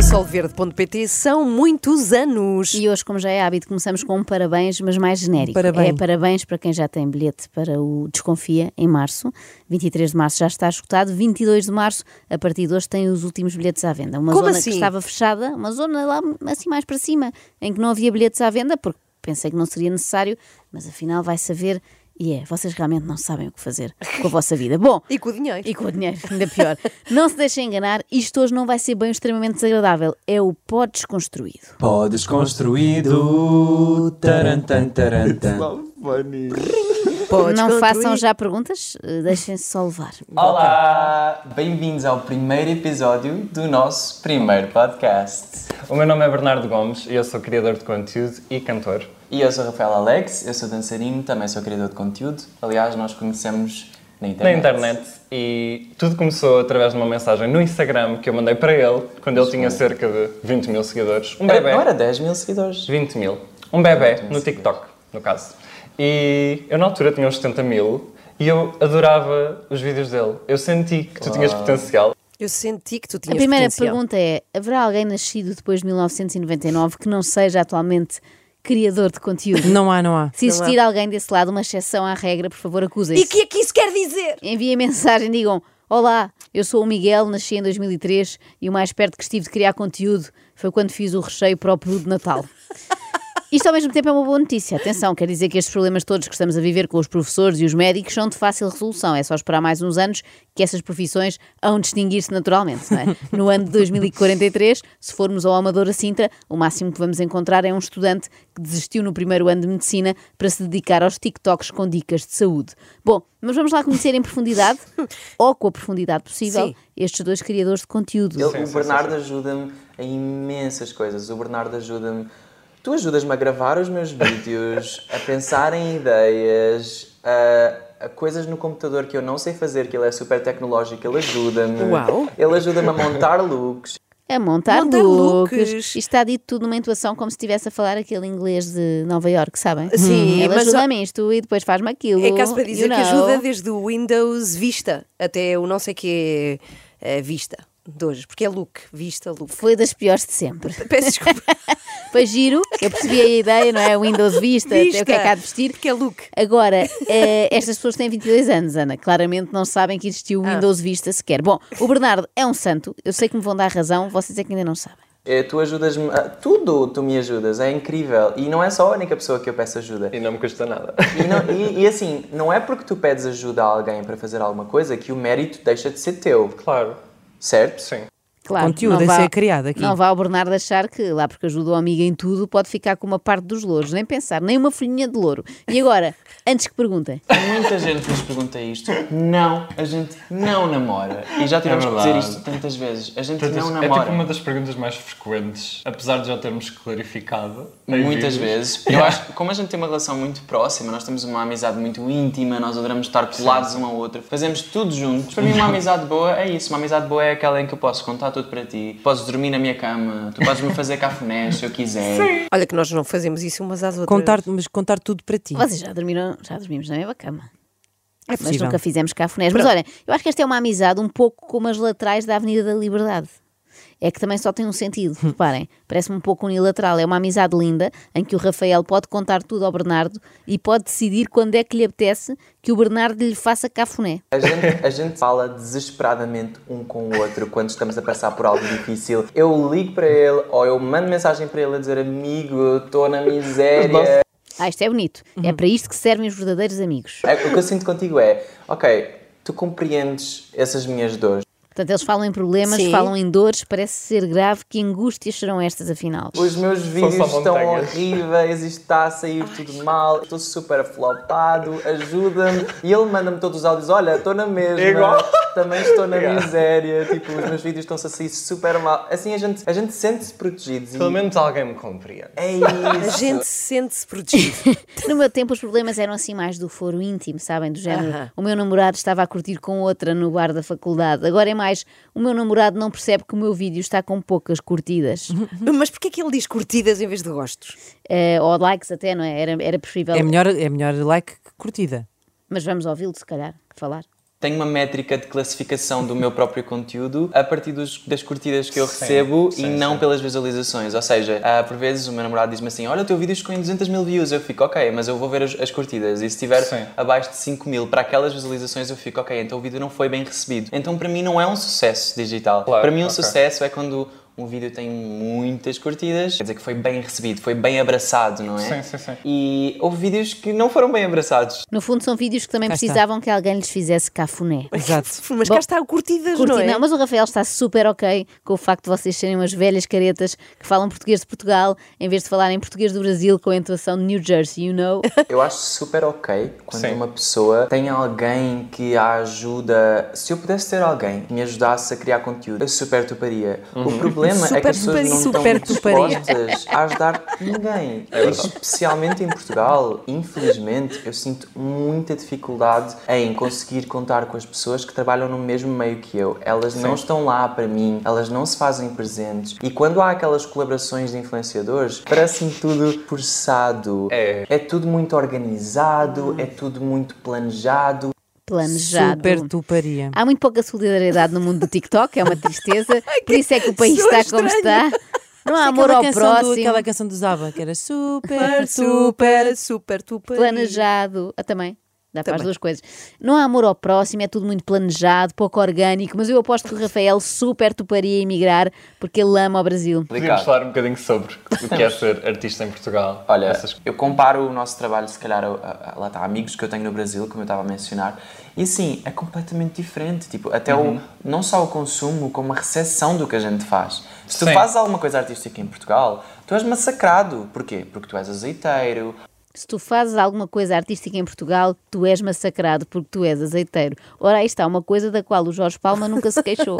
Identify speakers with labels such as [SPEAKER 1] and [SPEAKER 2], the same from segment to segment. [SPEAKER 1] solverde.pt são muitos anos.
[SPEAKER 2] E hoje, como já é hábito, começamos com um parabéns, mas mais genérico.
[SPEAKER 1] Parabéns.
[SPEAKER 2] É parabéns para quem já tem bilhete para o Desconfia em março. 23 de março já está esgotado. 22 de março, a partir de hoje, tem os últimos bilhetes à venda. Uma
[SPEAKER 1] Como
[SPEAKER 2] zona
[SPEAKER 1] assim?
[SPEAKER 2] que estava fechada, uma zona lá assim mais para cima, em que não havia bilhetes à venda, porque pensei que não seria necessário, mas afinal vai saber. E é, vocês realmente não sabem o que fazer com a vossa vida. Bom,
[SPEAKER 1] E com o dinheiro.
[SPEAKER 2] e com o dinheiro, ainda pior. não se deixem enganar, isto hoje não vai ser bem o extremamente desagradável. É o pó desconstruído.
[SPEAKER 3] Pó desconstruído. Tarantan, tarantan.
[SPEAKER 1] Podes
[SPEAKER 2] não
[SPEAKER 1] construir.
[SPEAKER 2] façam já perguntas, eh, deixem-se só levar.
[SPEAKER 4] Olá! Ah, Bem-vindos ao primeiro episódio do nosso primeiro podcast.
[SPEAKER 5] O meu nome é Bernardo Gomes e eu sou criador de conteúdo e cantor.
[SPEAKER 4] E eu sou Rafael Alex, eu sou dançarino, também sou criador de conteúdo. Aliás, nós conhecemos na
[SPEAKER 5] Na
[SPEAKER 4] internet.
[SPEAKER 5] internet e tudo começou através de uma mensagem no Instagram que eu mandei para ele quando ele tinha cerca de 20 mil seguidores. Um
[SPEAKER 4] Era-
[SPEAKER 5] bebê.
[SPEAKER 4] Não era 10 mil seguidores.
[SPEAKER 5] 20 mil. Um bebê
[SPEAKER 4] 20 mil
[SPEAKER 5] no TikTok, no caso. E eu na altura tinha uns 70 mil e eu adorava os vídeos dele. Eu senti que tu tinhas potencial.
[SPEAKER 1] Eu senti que tu
[SPEAKER 2] A
[SPEAKER 1] tinhas
[SPEAKER 2] primeira
[SPEAKER 1] potencial.
[SPEAKER 2] pergunta é: haverá alguém nascido depois de 1999 que não seja atualmente criador de conteúdo?
[SPEAKER 6] Não há, não há.
[SPEAKER 2] Se existir alguém desse lado, uma exceção à regra, por favor, acusem-se.
[SPEAKER 1] E o que é que isso quer dizer?
[SPEAKER 2] Enviem mensagem, digam: Olá, eu sou o Miguel, nasci em 2003 e o mais perto que estive de criar conteúdo foi quando fiz o recheio para o peru de Natal. Isto ao mesmo tempo é uma boa notícia. Atenção, quer dizer que estes problemas todos que estamos a viver com os professores e os médicos são de fácil resolução. É só esperar mais uns anos que essas profissões hão de distinguir-se naturalmente. Não é? No ano de 2043, se formos ao Amador a Sintra, o máximo que vamos encontrar é um estudante que desistiu no primeiro ano de medicina para se dedicar aos TikToks com dicas de saúde. Bom, mas vamos lá conhecer em profundidade, ou com a profundidade possível,
[SPEAKER 1] Sim.
[SPEAKER 2] estes dois criadores de conteúdo.
[SPEAKER 4] Ele- o Bernardo ajuda-me a imensas coisas. O Bernardo ajuda-me. Tu ajudas-me a gravar os meus vídeos, a pensar em ideias, a, a coisas no computador que eu não sei fazer, que ele é super tecnológico, ele ajuda-me.
[SPEAKER 1] Uau.
[SPEAKER 4] Ele ajuda-me a montar looks.
[SPEAKER 2] A montar,
[SPEAKER 1] Montar
[SPEAKER 2] looks.
[SPEAKER 1] looks.
[SPEAKER 2] Isto está dito tudo numa intuação como se estivesse a falar aquele inglês de Nova York, sabem? Hum.
[SPEAKER 1] Sim,
[SPEAKER 2] Ela
[SPEAKER 1] mas-
[SPEAKER 2] ajuda-me isto e depois faz-me aquilo.
[SPEAKER 1] É caso para dizer
[SPEAKER 2] you
[SPEAKER 1] que
[SPEAKER 2] know.
[SPEAKER 1] ajuda desde o Windows Vista até o não sei que é Vista de hoje, porque é look, Vista, look.
[SPEAKER 2] Foi das piores de sempre.
[SPEAKER 1] Peço desculpa.
[SPEAKER 2] Foi giro, eu percebi a ideia, não é? Windows Vista, até o que é que há de vestir.
[SPEAKER 1] Porque é look.
[SPEAKER 2] Agora, eh, estas pessoas têm 22 anos, Ana. Claramente não sabem que existiu o
[SPEAKER 1] Ah.
[SPEAKER 2] Windows Vista sequer. Bom, o Bernardo é um santo. Eu sei que me vão dar razão, vocês é que ainda não sabem.
[SPEAKER 4] Eh, Tu ajudas-me a tudo, tu me ajudas, é incrível. E não é só a única pessoa que eu peço ajuda.
[SPEAKER 5] E não me custa nada.
[SPEAKER 4] E, não- e- e assim, não é porque tu pedes ajuda a alguém para fazer alguma coisa que o mérito deixa de ser teu,
[SPEAKER 5] Claro,
[SPEAKER 4] certo?
[SPEAKER 5] sim.
[SPEAKER 2] Claro,
[SPEAKER 6] Conteúdo
[SPEAKER 2] não
[SPEAKER 6] a
[SPEAKER 2] vá-
[SPEAKER 6] ser criado aqui.
[SPEAKER 2] Não vá o Bernardo achar que lá porque ajudou a amiga em tudo pode ficar com uma parte dos louros, nem pensar, nem uma folhinha de louro. E agora, antes que perguntem,
[SPEAKER 4] Muita gente nos pergunta isto. Não, a gente não namora. E já tivemos
[SPEAKER 5] É
[SPEAKER 4] que dizer
[SPEAKER 5] verdade.
[SPEAKER 4] isto tantas vezes. A gente
[SPEAKER 5] Portanto,
[SPEAKER 4] não
[SPEAKER 5] é
[SPEAKER 4] namora.
[SPEAKER 5] tipo uma das perguntas mais frequentes, apesar de já termos clarificado. em
[SPEAKER 4] Muitas
[SPEAKER 5] vídeos.
[SPEAKER 4] vezes. Eu acho que como a gente tem uma relação muito próxima, nós temos uma amizade muito íntima, nós adoramos estar colados um ao outro, fazemos tudo juntos. Para mim, uma amizade boa é isso. Uma amizade boa é aquela em que eu posso contar tudo para ti, posso dormir na minha cama, tu podes me fazer cafuné se eu quiser.
[SPEAKER 1] Olha que nós não fazemos isso umas às outras.
[SPEAKER 6] Contar, mas contar tudo para ti.
[SPEAKER 2] vocês já dormiram, já dormimos na mesma cama.
[SPEAKER 6] É
[SPEAKER 2] Mas
[SPEAKER 6] possível.
[SPEAKER 2] nunca fizemos cafunés. Mas olha, eu acho que esta é uma amizade um pouco como as laterais da Avenida da Liberdade. É que também só tem um sentido,
[SPEAKER 6] Hum.
[SPEAKER 2] reparem. Parece-me um pouco unilateral. É uma amizade linda em que o Rafael pode contar tudo ao Bernardo e pode decidir quando é que lhe apetece que o Bernardo lhe faça cafuné.
[SPEAKER 4] A gente, a gente fala desesperadamente um com o outro quando estamos a passar por algo difícil. Eu ligo para ele ou eu mando mensagem para ele a dizer amigo, eu estou na miséria.
[SPEAKER 2] Ah, isto é bonito. É para isto que servem os verdadeiros amigos.
[SPEAKER 4] É, O que eu sinto contigo é, ok, tu compreendes essas minhas dores.
[SPEAKER 2] Portanto, eles falam em problemas,
[SPEAKER 1] Sim.
[SPEAKER 2] falam em dores, parece ser grave. Que angústias serão estas, afinal?
[SPEAKER 4] Os meus vídeos
[SPEAKER 5] só
[SPEAKER 4] estão
[SPEAKER 5] montanhas.
[SPEAKER 4] horríveis, isto está a sair tudo mal, estou super flopado, ajuda-me. E ele manda-me todos os áudios, olha, estou na mesma,
[SPEAKER 5] É Igual.
[SPEAKER 4] também estou na
[SPEAKER 5] Obrigado.
[SPEAKER 4] miséria, tipo, os meus vídeos estão-se a sair super mal. Assim a gente, a gente sente-se protegidos. e
[SPEAKER 5] Pelo menos alguém me compreende.
[SPEAKER 4] É isso.
[SPEAKER 1] A gente sente-se protegido.
[SPEAKER 2] No meu tempo, os problemas eram assim mais do foro íntimo, sabem? Do género.
[SPEAKER 1] Aham.
[SPEAKER 2] O meu namorado estava a curtir com outra no bar da faculdade. Agora é mais. O meu namorado não percebe que o meu vídeo está com poucas curtidas.
[SPEAKER 1] Mas porquê é que ele diz curtidas em vez de gostos?
[SPEAKER 2] Eh, ou likes até, não é? Era, era preferível.
[SPEAKER 6] É melhor, é melhor like que curtida.
[SPEAKER 2] Mas vamos ouvi-lo, se calhar, falar.
[SPEAKER 4] tenho uma métrica de classificação do meu próprio conteúdo a partir dos- das curtidas que eu recebo e não pelas visualizações. Ou seja, ah, por vezes o meu namorado diz-me assim: Olha, o teu vídeo chegou em 200 mil views. Eu fico, ok, mas eu vou ver as, as curtidas. E se estiver
[SPEAKER 5] Sim.
[SPEAKER 4] abaixo de 5 mil para aquelas visualizações, eu fico, ok, então o vídeo não foi bem recebido. Então para mim não é um sucesso digital.
[SPEAKER 5] Claro,
[SPEAKER 4] para mim, um
[SPEAKER 5] ok.
[SPEAKER 4] sucesso é quando. Um vídeo tem muitas curtidas, quer dizer que foi bem recebido, foi bem abraçado, não é?
[SPEAKER 5] Sim, sim, sim.
[SPEAKER 4] E houve vídeos que não foram bem abraçados.
[SPEAKER 2] No fundo, são vídeos que também
[SPEAKER 6] Cá está.
[SPEAKER 2] precisavam que alguém lhes fizesse cafuné.
[SPEAKER 6] Exato.
[SPEAKER 1] Mas cá está, curtidas,
[SPEAKER 2] Curti-
[SPEAKER 1] não é?
[SPEAKER 2] Não, mas o Rafael está super ok com o facto de vocês serem umas velhas caretas que falam português de Portugal em vez de falarem português do Brasil com a entoação de New Jersey, you know?
[SPEAKER 4] Eu acho super ok quando
[SPEAKER 5] Sim.
[SPEAKER 4] uma pessoa tem alguém que a ajuda. Se eu pudesse ter alguém que me ajudasse a criar conteúdo, eu super tuparia. O problema é que as
[SPEAKER 6] Super
[SPEAKER 4] pessoas não
[SPEAKER 6] tuparia.
[SPEAKER 4] estão
[SPEAKER 6] Super
[SPEAKER 4] dispostas a ajudar ninguém. Especialmente em Portugal, infelizmente, eu sinto muita dificuldade em conseguir contar com as pessoas que trabalham no mesmo meio que eu. Elas não estão lá para mim, elas não se fazem presentes. E quando há aquelas colaborações de influenciadores, parece-me tudo forçado.
[SPEAKER 5] É.
[SPEAKER 4] tudo muito
[SPEAKER 6] Uhum.
[SPEAKER 4] organizado, é tudo muito planejado.
[SPEAKER 2] Planejado.
[SPEAKER 6] Super tuparia.
[SPEAKER 2] Há muito pouca solidariedade no mundo do TikTok, é uma tristeza. Por isso é que o país
[SPEAKER 1] Soa
[SPEAKER 2] está como
[SPEAKER 1] estranho. é
[SPEAKER 2] está. Não há Ah, amor
[SPEAKER 6] Aquela
[SPEAKER 2] ao
[SPEAKER 6] é canção do-
[SPEAKER 2] próximo.
[SPEAKER 6] aquela canção dos ABBA, que era
[SPEAKER 1] Super,
[SPEAKER 6] super,
[SPEAKER 1] super, super, super.
[SPEAKER 2] planejado. Ah, também. Dá para as
[SPEAKER 1] Também.
[SPEAKER 2] duas coisas. Não há amor ao próximo, é tudo muito planejado, pouco orgânico, mas eu aposto que o Rafael super toparia emigrar porque ele ama o Brasil.
[SPEAKER 5] Podíamos
[SPEAKER 4] Ricardo.
[SPEAKER 5] falar um bocadinho sobre o que é ser artista em Portugal.
[SPEAKER 4] Olha,
[SPEAKER 5] Essas-
[SPEAKER 4] eu comparo o nosso trabalho, se calhar, a, a- a- lá está, amigos que eu tenho no Brasil, como eu estava a mencionar, e assim, é completamente diferente. Tipo, até
[SPEAKER 5] Uhum.
[SPEAKER 4] o, não só o consumo, como a recepção do que a gente faz. Se tu
[SPEAKER 5] Sim.
[SPEAKER 4] fazes alguma coisa artística em Portugal, tu és massacrado. Porquê? Porque tu és azeiteiro,
[SPEAKER 2] Se tu fazes alguma coisa artística em Portugal, tu és massacrado porque tu és azeiteiro. Ora, aí está uma coisa da qual o Jorge Palma nunca se queixou.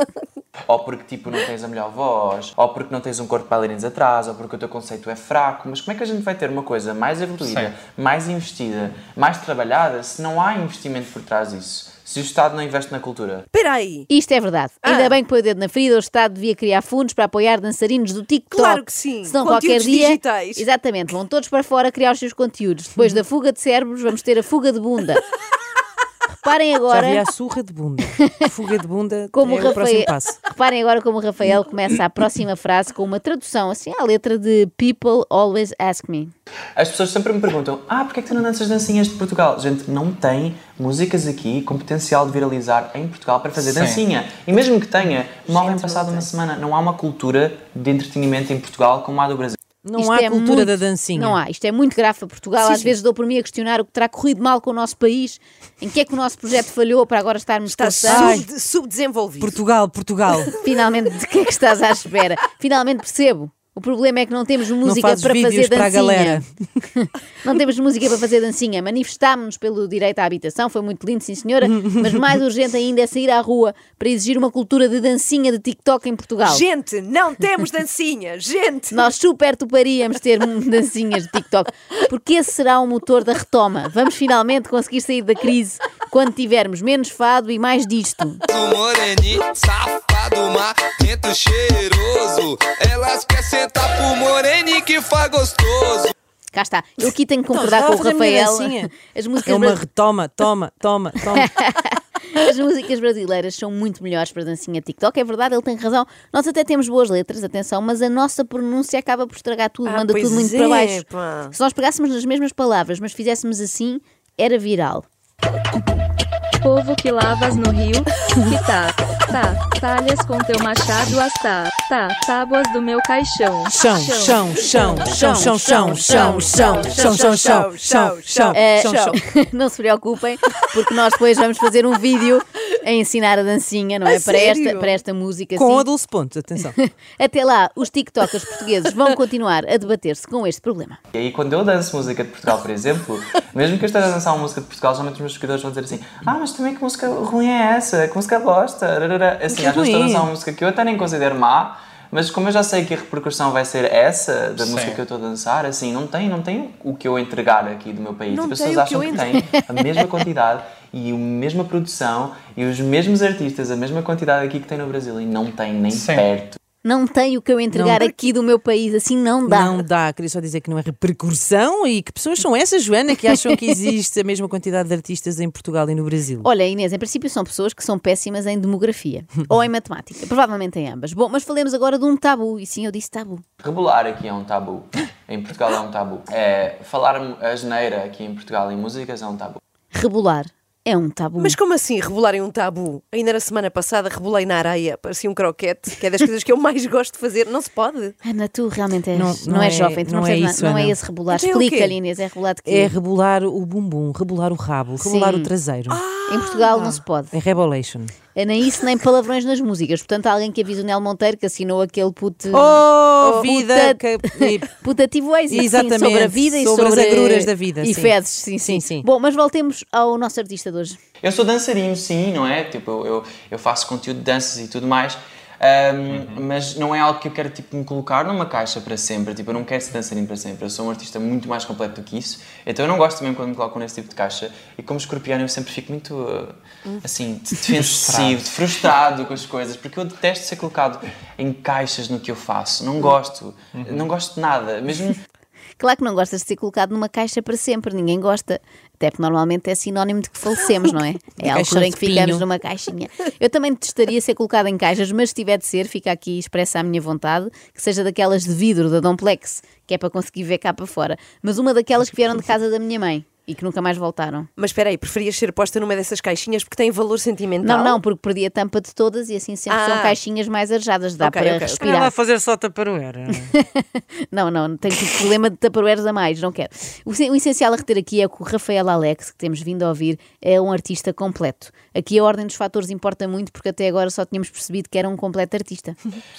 [SPEAKER 4] ou porque tipo não tens a melhor voz, ou porque não tens um corpo de bailarinos atrás, ou porque o teu conceito é fraco. Mas como é que a gente vai ter uma coisa mais evoluída,
[SPEAKER 5] Sim.
[SPEAKER 4] mais investida, mais trabalhada, se não há investimento por trás disso? Se o Estado não investe na cultura?
[SPEAKER 1] Espera aí.
[SPEAKER 2] Isto é verdade. Ainda bem que põe o dedo na ferida, o Estado devia criar fundos para apoiar dançarinos do TikTok.
[SPEAKER 1] Claro que sim.
[SPEAKER 2] Senão
[SPEAKER 1] Conteúdos
[SPEAKER 2] qualquer dia.
[SPEAKER 1] digitais.
[SPEAKER 2] Exatamente, vão todos para fora criar os seus conteúdos. Depois da fuga de cérebros, vamos ter a fuga de bunda. Reparem
[SPEAKER 6] Já
[SPEAKER 2] agora.
[SPEAKER 6] vi a surra de bunda. Fuga de bunda
[SPEAKER 2] Como
[SPEAKER 6] é
[SPEAKER 2] o
[SPEAKER 6] o próximo
[SPEAKER 2] Rafael,
[SPEAKER 6] passo.
[SPEAKER 2] reparem agora como o Rafael começa a próxima frase com uma tradução, assim à letra de People Always Ask Me.
[SPEAKER 4] As pessoas sempre me perguntam: ah, porque é que tu não danças dancinhas de Portugal? Gente, não tem músicas aqui com potencial de viralizar em Portugal para fazer
[SPEAKER 5] Sim.
[SPEAKER 4] dancinha. E mesmo que tenha, morrem passado uma semana. Não há uma cultura de entretenimento em Portugal como há do Brasil.
[SPEAKER 6] Não
[SPEAKER 2] Isto
[SPEAKER 6] há
[SPEAKER 2] é
[SPEAKER 6] cultura
[SPEAKER 2] muito-
[SPEAKER 6] da dancinha.
[SPEAKER 2] Não há, isto é muito grave para Portugal. Às vezes dou por mim a questionar o que terá corrido mal com o nosso país, em que é que o nosso projeto falhou para agora estarmos
[SPEAKER 1] Está
[SPEAKER 2] tão-
[SPEAKER 1] sub- subdesenvolvido.
[SPEAKER 6] Portugal, Portugal.
[SPEAKER 2] Finalmente, de que é que estás à espera? Finalmente percebo. O problema é que não temos música
[SPEAKER 6] fazes
[SPEAKER 2] para
[SPEAKER 6] vídeos
[SPEAKER 2] fazer
[SPEAKER 6] para a
[SPEAKER 2] dancinha.
[SPEAKER 6] galera.
[SPEAKER 2] não temos música para fazer dancinha. Manifestámos-nos pelo direito à habitação, foi muito lindo, sim senhora, mas mais urgente ainda é sair à rua para exigir uma cultura de dancinha de TikTok em Portugal.
[SPEAKER 1] Gente, não temos dancinha. Gente.
[SPEAKER 2] Nós super toparíamos ter um dancinhas de TikTok, porque esse será o motor da retoma. Vamos finalmente conseguir sair da crise quando tivermos menos fado e mais disto.
[SPEAKER 7] Do moreninho, safado, marrento, cheiroso. Elas querem sentar pro moreninho que faz gostoso.
[SPEAKER 2] Cá está. Eu aqui tenho que concordar
[SPEAKER 6] Não,
[SPEAKER 2] com o
[SPEAKER 6] estava a Então, fazer a minha
[SPEAKER 2] Rafael.
[SPEAKER 6] dancinha.
[SPEAKER 2] As músicas,
[SPEAKER 6] É uma
[SPEAKER 2] bra-
[SPEAKER 6] retoma, toma, toma, toma.
[SPEAKER 2] as músicas brasileiras são muito melhores para dancinha TikTok. É verdade, ele tem razão. Nós até temos boas letras, atenção, mas a nossa pronúncia acaba por estragar tudo,
[SPEAKER 1] Ah,
[SPEAKER 2] manda
[SPEAKER 1] pois
[SPEAKER 2] tudo muito
[SPEAKER 1] é,
[SPEAKER 2] para baixo.
[SPEAKER 1] pá.
[SPEAKER 2] Se nós pegássemos nas mesmas palavras, mas fizéssemos assim, era viral.
[SPEAKER 8] Povo que lavas no rio, que tá, tá, talhas com teu machado as tá, tá, tábuas do meu caixão.
[SPEAKER 6] Chão, chão, chão, chão, chão, chão, chão, chão, chão, chão, chão, chão, chão,
[SPEAKER 2] Eh,
[SPEAKER 6] chão, chão.
[SPEAKER 2] não se preocupem, porque nós depois vamos fazer um vídeo a ensinar a dancinha, não é?
[SPEAKER 1] A
[SPEAKER 2] Para esta,
[SPEAKER 1] sério?
[SPEAKER 2] para esta música.
[SPEAKER 6] Com
[SPEAKER 2] sim.
[SPEAKER 6] a Dulce Pontes, atenção.
[SPEAKER 2] Até lá, os TikTokers portugueses vão continuar a debater-se com este problema.
[SPEAKER 4] E aí, quando eu danço música de Portugal, por exemplo, mesmo que eu esteja a dançar uma música de Portugal, geralmente os meus seguidores vão dizer assim: Ah, mas também que música ruim é essa? Que música bosta? Rarara. Assim,
[SPEAKER 6] Que
[SPEAKER 4] às vezes estou a dançar
[SPEAKER 6] ruim.
[SPEAKER 4] uma música que eu até nem considero má, mas como eu já sei que a repercussão vai ser essa da
[SPEAKER 5] Sim.
[SPEAKER 4] música que eu estou a dançar, assim, não tem, não tem o que eu entregar aqui do meu país.
[SPEAKER 1] Não
[SPEAKER 4] As
[SPEAKER 1] tem
[SPEAKER 4] pessoas
[SPEAKER 1] o que
[SPEAKER 4] acham
[SPEAKER 1] eu
[SPEAKER 4] que têm a mesma quantidade e a mesma produção e os mesmos artistas, a mesma quantidade aqui que tem no Brasil e não tem nem
[SPEAKER 5] Sim.
[SPEAKER 4] perto.
[SPEAKER 2] Não tenho o que eu entregar
[SPEAKER 6] Não.
[SPEAKER 2] aqui do meu país, assim não dá.
[SPEAKER 6] Não dá, queria só dizer que não é repercussão e que pessoas são essas, Joana, que acham que existe a mesma quantidade de artistas em Portugal e no Brasil.
[SPEAKER 2] Olha, Inês, em princípio são pessoas que são péssimas em demografia ou em matemática, provavelmente em ambas. Bom, mas falemos agora de um tabu, e sim, eu disse tabu.
[SPEAKER 4] Rebolar aqui é um tabu. Em Portugal é um tabu. É, falar a geneira aqui em Portugal em músicas é um tabu.
[SPEAKER 2] Rebolar é um tabu.
[SPEAKER 1] Mas como assim rebolarem um tabu? Ainda na semana passada rebolei na areia, parecia um croquete, que é das coisas que eu mais gosto de fazer. Não se pode.
[SPEAKER 2] Ana, tu realmente és, não,
[SPEAKER 6] Não- não
[SPEAKER 2] é,
[SPEAKER 6] é-
[SPEAKER 2] jovem, tu não,
[SPEAKER 6] não é
[SPEAKER 2] percebes nada.
[SPEAKER 6] isso,
[SPEAKER 2] não é
[SPEAKER 6] Ana.
[SPEAKER 2] esse rebolar.
[SPEAKER 1] Então é o quê?
[SPEAKER 2] Explica, Inês, é rebolar de quê?
[SPEAKER 6] É rebolar o bumbum, rebolar o rabo, rebolar
[SPEAKER 2] Sim. Ah.
[SPEAKER 6] o traseiro.
[SPEAKER 2] Em Portugal não se pode.
[SPEAKER 6] É rebolation.
[SPEAKER 2] É nem isso, nem palavrões nas músicas. Portanto, há alguém que avisa o Nel Monteiro que assinou aquele put...
[SPEAKER 6] Oh,
[SPEAKER 2] puta-
[SPEAKER 6] vida! que-
[SPEAKER 2] Putativo ex, assim,
[SPEAKER 6] Exatamente,
[SPEAKER 2] sobre a vida e sobre,
[SPEAKER 6] sobre as agruras da vida,
[SPEAKER 2] E
[SPEAKER 6] sim.
[SPEAKER 2] fezes, sim, sim,
[SPEAKER 6] Sim, sim.
[SPEAKER 2] Bom, mas voltemos ao nosso artista de hoje.
[SPEAKER 4] Eu sou dançarino, sim, não é? Tipo, eu, eu, eu faço conteúdo de danças e tudo mais. ahm, Mas não é algo que eu quero tipo, me colocar numa caixa para sempre. Tipo, eu não quero ser dançarino para sempre. Eu sou um artista muito mais completo do que isso. Então eu não gosto mesmo quando me colocam nesse tipo de caixa. E como escorpião, eu sempre fico muito uh, assim, de- defensivo, de frustrado com as coisas. Porque eu detesto ser colocado em caixas no que eu faço. Não gosto. Não gosto de nada. Mesmo
[SPEAKER 2] Claro que não gostas de ser colocado numa caixa para sempre, ninguém gosta. Até porque normalmente é sinónimo de que falecemos, não é? É a
[SPEAKER 6] caixa
[SPEAKER 2] altura em
[SPEAKER 6] de
[SPEAKER 2] que ficamos
[SPEAKER 6] pinho.
[SPEAKER 2] numa caixinha. Eu também testaria ser colocado em caixas, mas se tiver de ser, fica aqui expressa a minha vontade, que seja daquelas de vidro da Domplex, que é para conseguir ver cá para fora. Mas uma daquelas que vieram de casa da minha mãe e que nunca mais voltaram.
[SPEAKER 1] Mas espera aí, preferias ser posta numa dessas caixinhas porque tem valor sentimental?
[SPEAKER 2] Não, não, porque perdi a tampa de todas e assim sempre são
[SPEAKER 1] Ah.
[SPEAKER 2] caixinhas mais arejadas, dá
[SPEAKER 1] Ok, ok,
[SPEAKER 2] para
[SPEAKER 1] ok.
[SPEAKER 2] respirar.
[SPEAKER 6] fazer só taparoeira.
[SPEAKER 2] Não, não, não tenho tipo problema de taparoeiros a mais, não quero. O, sen- o essencial a reter aqui é que o Rafael Alex, que temos vindo a ouvir, é um artista completo. Aqui a ordem dos fatores importa muito, porque até agora só tínhamos percebido que era um completo artista.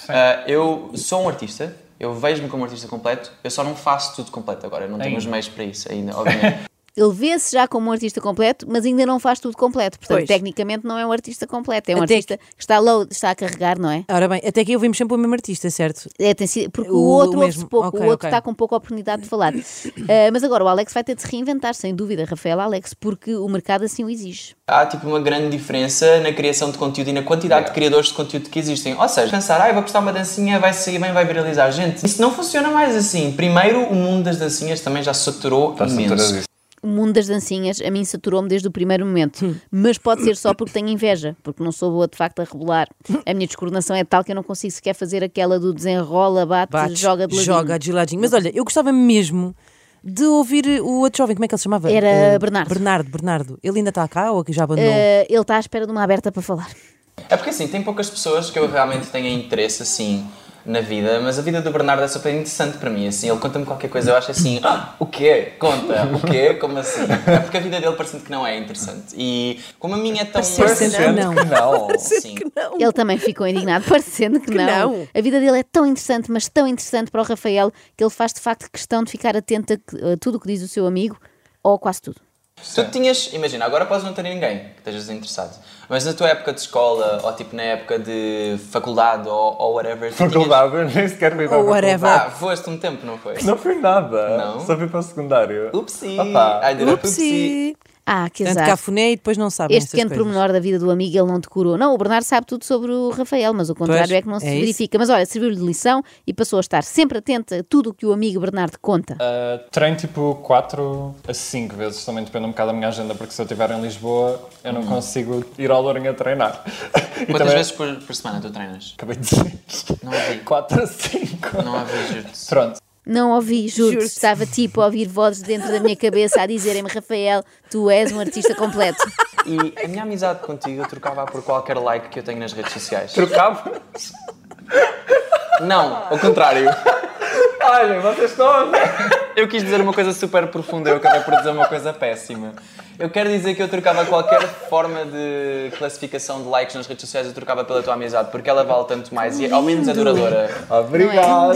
[SPEAKER 4] Ah, eu sou um artista, eu vejo-me como um artista completo, eu só não faço tudo completo agora, eu não tenho os meios para isso ainda, obviamente.
[SPEAKER 2] Ele vê-se já como um artista completo, mas ainda não faz tudo completo. Portanto,
[SPEAKER 1] Pois.
[SPEAKER 2] tecnicamente não é um artista completo, é um
[SPEAKER 6] Até
[SPEAKER 2] artista que está, low, está a carregar, não é?
[SPEAKER 6] Ora bem, até aqui ouvimos sempre o mesmo artista, certo?
[SPEAKER 2] É, tem sido- porque o,
[SPEAKER 6] O
[SPEAKER 2] outro
[SPEAKER 6] mesmo.
[SPEAKER 2] ouve-se pouco,
[SPEAKER 6] Ok,
[SPEAKER 2] o outro
[SPEAKER 6] ok.
[SPEAKER 2] está com pouca oportunidade de falar. Ah, mas agora o Alex vai ter de se reinventar, sem dúvida, Rafael Alex, porque o mercado assim o exige.
[SPEAKER 4] Há tipo uma grande diferença na criação de conteúdo e na quantidade de criadores de conteúdo que existem. Ou seja, pensar, ah, eu vou postar uma dancinha, vai sair bem, vai viralizar. Gente, isso não funciona mais assim. Primeiro, o mundo das dancinhas também já saturou
[SPEAKER 5] Está
[SPEAKER 4] imenso.
[SPEAKER 5] saturadíssimo.
[SPEAKER 2] O mundo das dancinhas a mim saturou-me desde o primeiro momento, mas pode ser só porque tenho inveja, porque não sou boa de facto a rebolar. A minha descoordenação é tal que eu não consigo sequer fazer aquela do desenrola, bate,
[SPEAKER 6] Bates,
[SPEAKER 2] joga de ladinho.
[SPEAKER 6] joga de ladinho. Mas olha, eu gostava mesmo de ouvir o outro jovem, como é que ele se chamava?
[SPEAKER 2] Era
[SPEAKER 6] Eh,
[SPEAKER 2] Bernardo.
[SPEAKER 6] Bernardo, Bernardo. Ele ainda está cá ou é que já abandonou?
[SPEAKER 2] Ah, ele está à espera de uma aberta para falar.
[SPEAKER 4] É porque assim, tem poucas pessoas que eu realmente tenha interesse assim na vida, mas a vida do Bernardo é super interessante para mim, assim, ele conta-me qualquer coisa, eu acho assim, ah, o quê? Conta, o quê? Como assim? É porque a vida dele parece que não é interessante. E como a minha é tão
[SPEAKER 6] Parece-me que não.
[SPEAKER 4] que não, sim.
[SPEAKER 1] Não.
[SPEAKER 2] Ele também ficou indignado, parecendo que,
[SPEAKER 1] Que
[SPEAKER 2] não.
[SPEAKER 1] não.
[SPEAKER 2] A vida dele é tão interessante, mas tão interessante para o Rafael, que ele faz de facto questão de ficar atento a, que- a tudo o que diz o seu amigo, ou quase tudo.
[SPEAKER 4] Tu tinhas, imagina, agora podes não ter ninguém que estejas interessado, mas na tua época de escola, ou tipo na época de faculdade, ou, ou whatever, tu
[SPEAKER 5] Faculdade, eu nem sequer fui para
[SPEAKER 6] Ou
[SPEAKER 5] a faculdade.
[SPEAKER 6] whatever.
[SPEAKER 4] Tinhas... Ah, foste um tempo, não foi?
[SPEAKER 5] Não fui nada.
[SPEAKER 4] Não?
[SPEAKER 5] Só fui para o secundário.
[SPEAKER 4] Upsi!
[SPEAKER 5] Opa.
[SPEAKER 4] Ai, direto, upsi.
[SPEAKER 6] Upsi!
[SPEAKER 2] Ah, que
[SPEAKER 6] Tanto
[SPEAKER 2] azar.
[SPEAKER 6] cafuné e depois não sabem
[SPEAKER 2] Este
[SPEAKER 6] essas
[SPEAKER 2] pequeno
[SPEAKER 6] coisas.
[SPEAKER 2] pormenor da vida do amigo ele não decorou. Não, o Bernardo sabe tudo sobre o Rafael, mas o contrário é que não se
[SPEAKER 6] é isso.
[SPEAKER 2] verifica. Mas olha, serviu-lhe de lição e passou a estar sempre atento a tudo o que o amigo Bernardo conta.
[SPEAKER 5] Uh, treino tipo 4 a 5 vezes, também depende um bocado da minha agenda, porque se eu estiver em Lisboa eu não consigo ir ao Lourinho a treinar. E
[SPEAKER 4] Hum. Quantas
[SPEAKER 5] também-
[SPEAKER 4] vezes por, por semana tu treinas?
[SPEAKER 5] Acabei de dizer.
[SPEAKER 4] Não ouvi.
[SPEAKER 5] 4 a 5.
[SPEAKER 4] Não havia juro-te.
[SPEAKER 5] Pronto.
[SPEAKER 2] Não ouvi, juro.
[SPEAKER 1] Juro-te.
[SPEAKER 2] Estava tipo a ouvir vozes dentro da minha cabeça a dizerem-me, Rafael, tu és um artista completo.
[SPEAKER 4] E a minha amizade contigo eu trocava por qualquer like que eu tenho nas redes sociais.
[SPEAKER 5] Trocava.
[SPEAKER 4] Não, ao contrário.
[SPEAKER 5] Olha, vocês estão a ver.
[SPEAKER 4] Eu quis dizer uma coisa super profunda, eu acabei por dizer uma coisa péssima. Eu quero dizer que eu trocava qualquer forma de classificação de likes nas redes sociais, eu trocava pela tua amizade, porque ela vale tanto mais e é ao menos é duradoura.
[SPEAKER 5] Obrigada.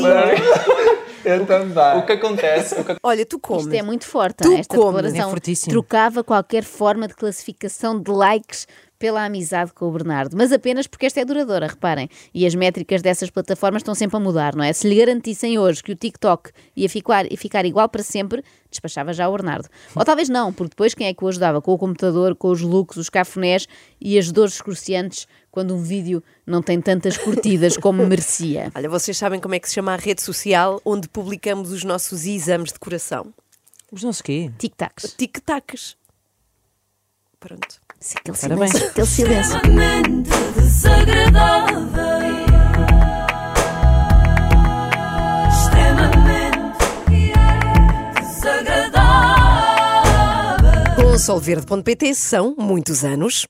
[SPEAKER 5] Eu
[SPEAKER 4] O
[SPEAKER 5] também.
[SPEAKER 4] que acontece, o que
[SPEAKER 1] Olha, tu comes.
[SPEAKER 2] Isto é muito forte,
[SPEAKER 6] Tu
[SPEAKER 2] não é? esta
[SPEAKER 6] comes,
[SPEAKER 2] declaração.
[SPEAKER 6] é fortíssimo.
[SPEAKER 2] Trocava qualquer forma de classificação de likes pela amizade com o Bernardo, mas apenas porque esta é duradoura, reparem. E as métricas dessas plataformas estão sempre a mudar, não é? Se lhe garantissem hoje que o TikTok ia ficar, ia ficar igual para sempre, despachava já o Bernardo. Ou talvez não, porque depois quem é que o ajudava? Com o computador, com os looks, os cafunés e as dores excruciantes quando um vídeo não tem tantas curtidas como merecia.
[SPEAKER 1] Olha, vocês sabem como é que se chama a rede social onde publicamos os nossos exames de coração?
[SPEAKER 6] Os não sei quê.
[SPEAKER 2] Tic-tacs.
[SPEAKER 1] Tic-tacs. Pronto.
[SPEAKER 2] Sim, Aquele
[SPEAKER 6] Parabéns.
[SPEAKER 2] silêncio. Aquele silêncio.
[SPEAKER 9] extremamente desagradável. Extremamente desagradável.
[SPEAKER 1] Com solverde.pt são muitos anos.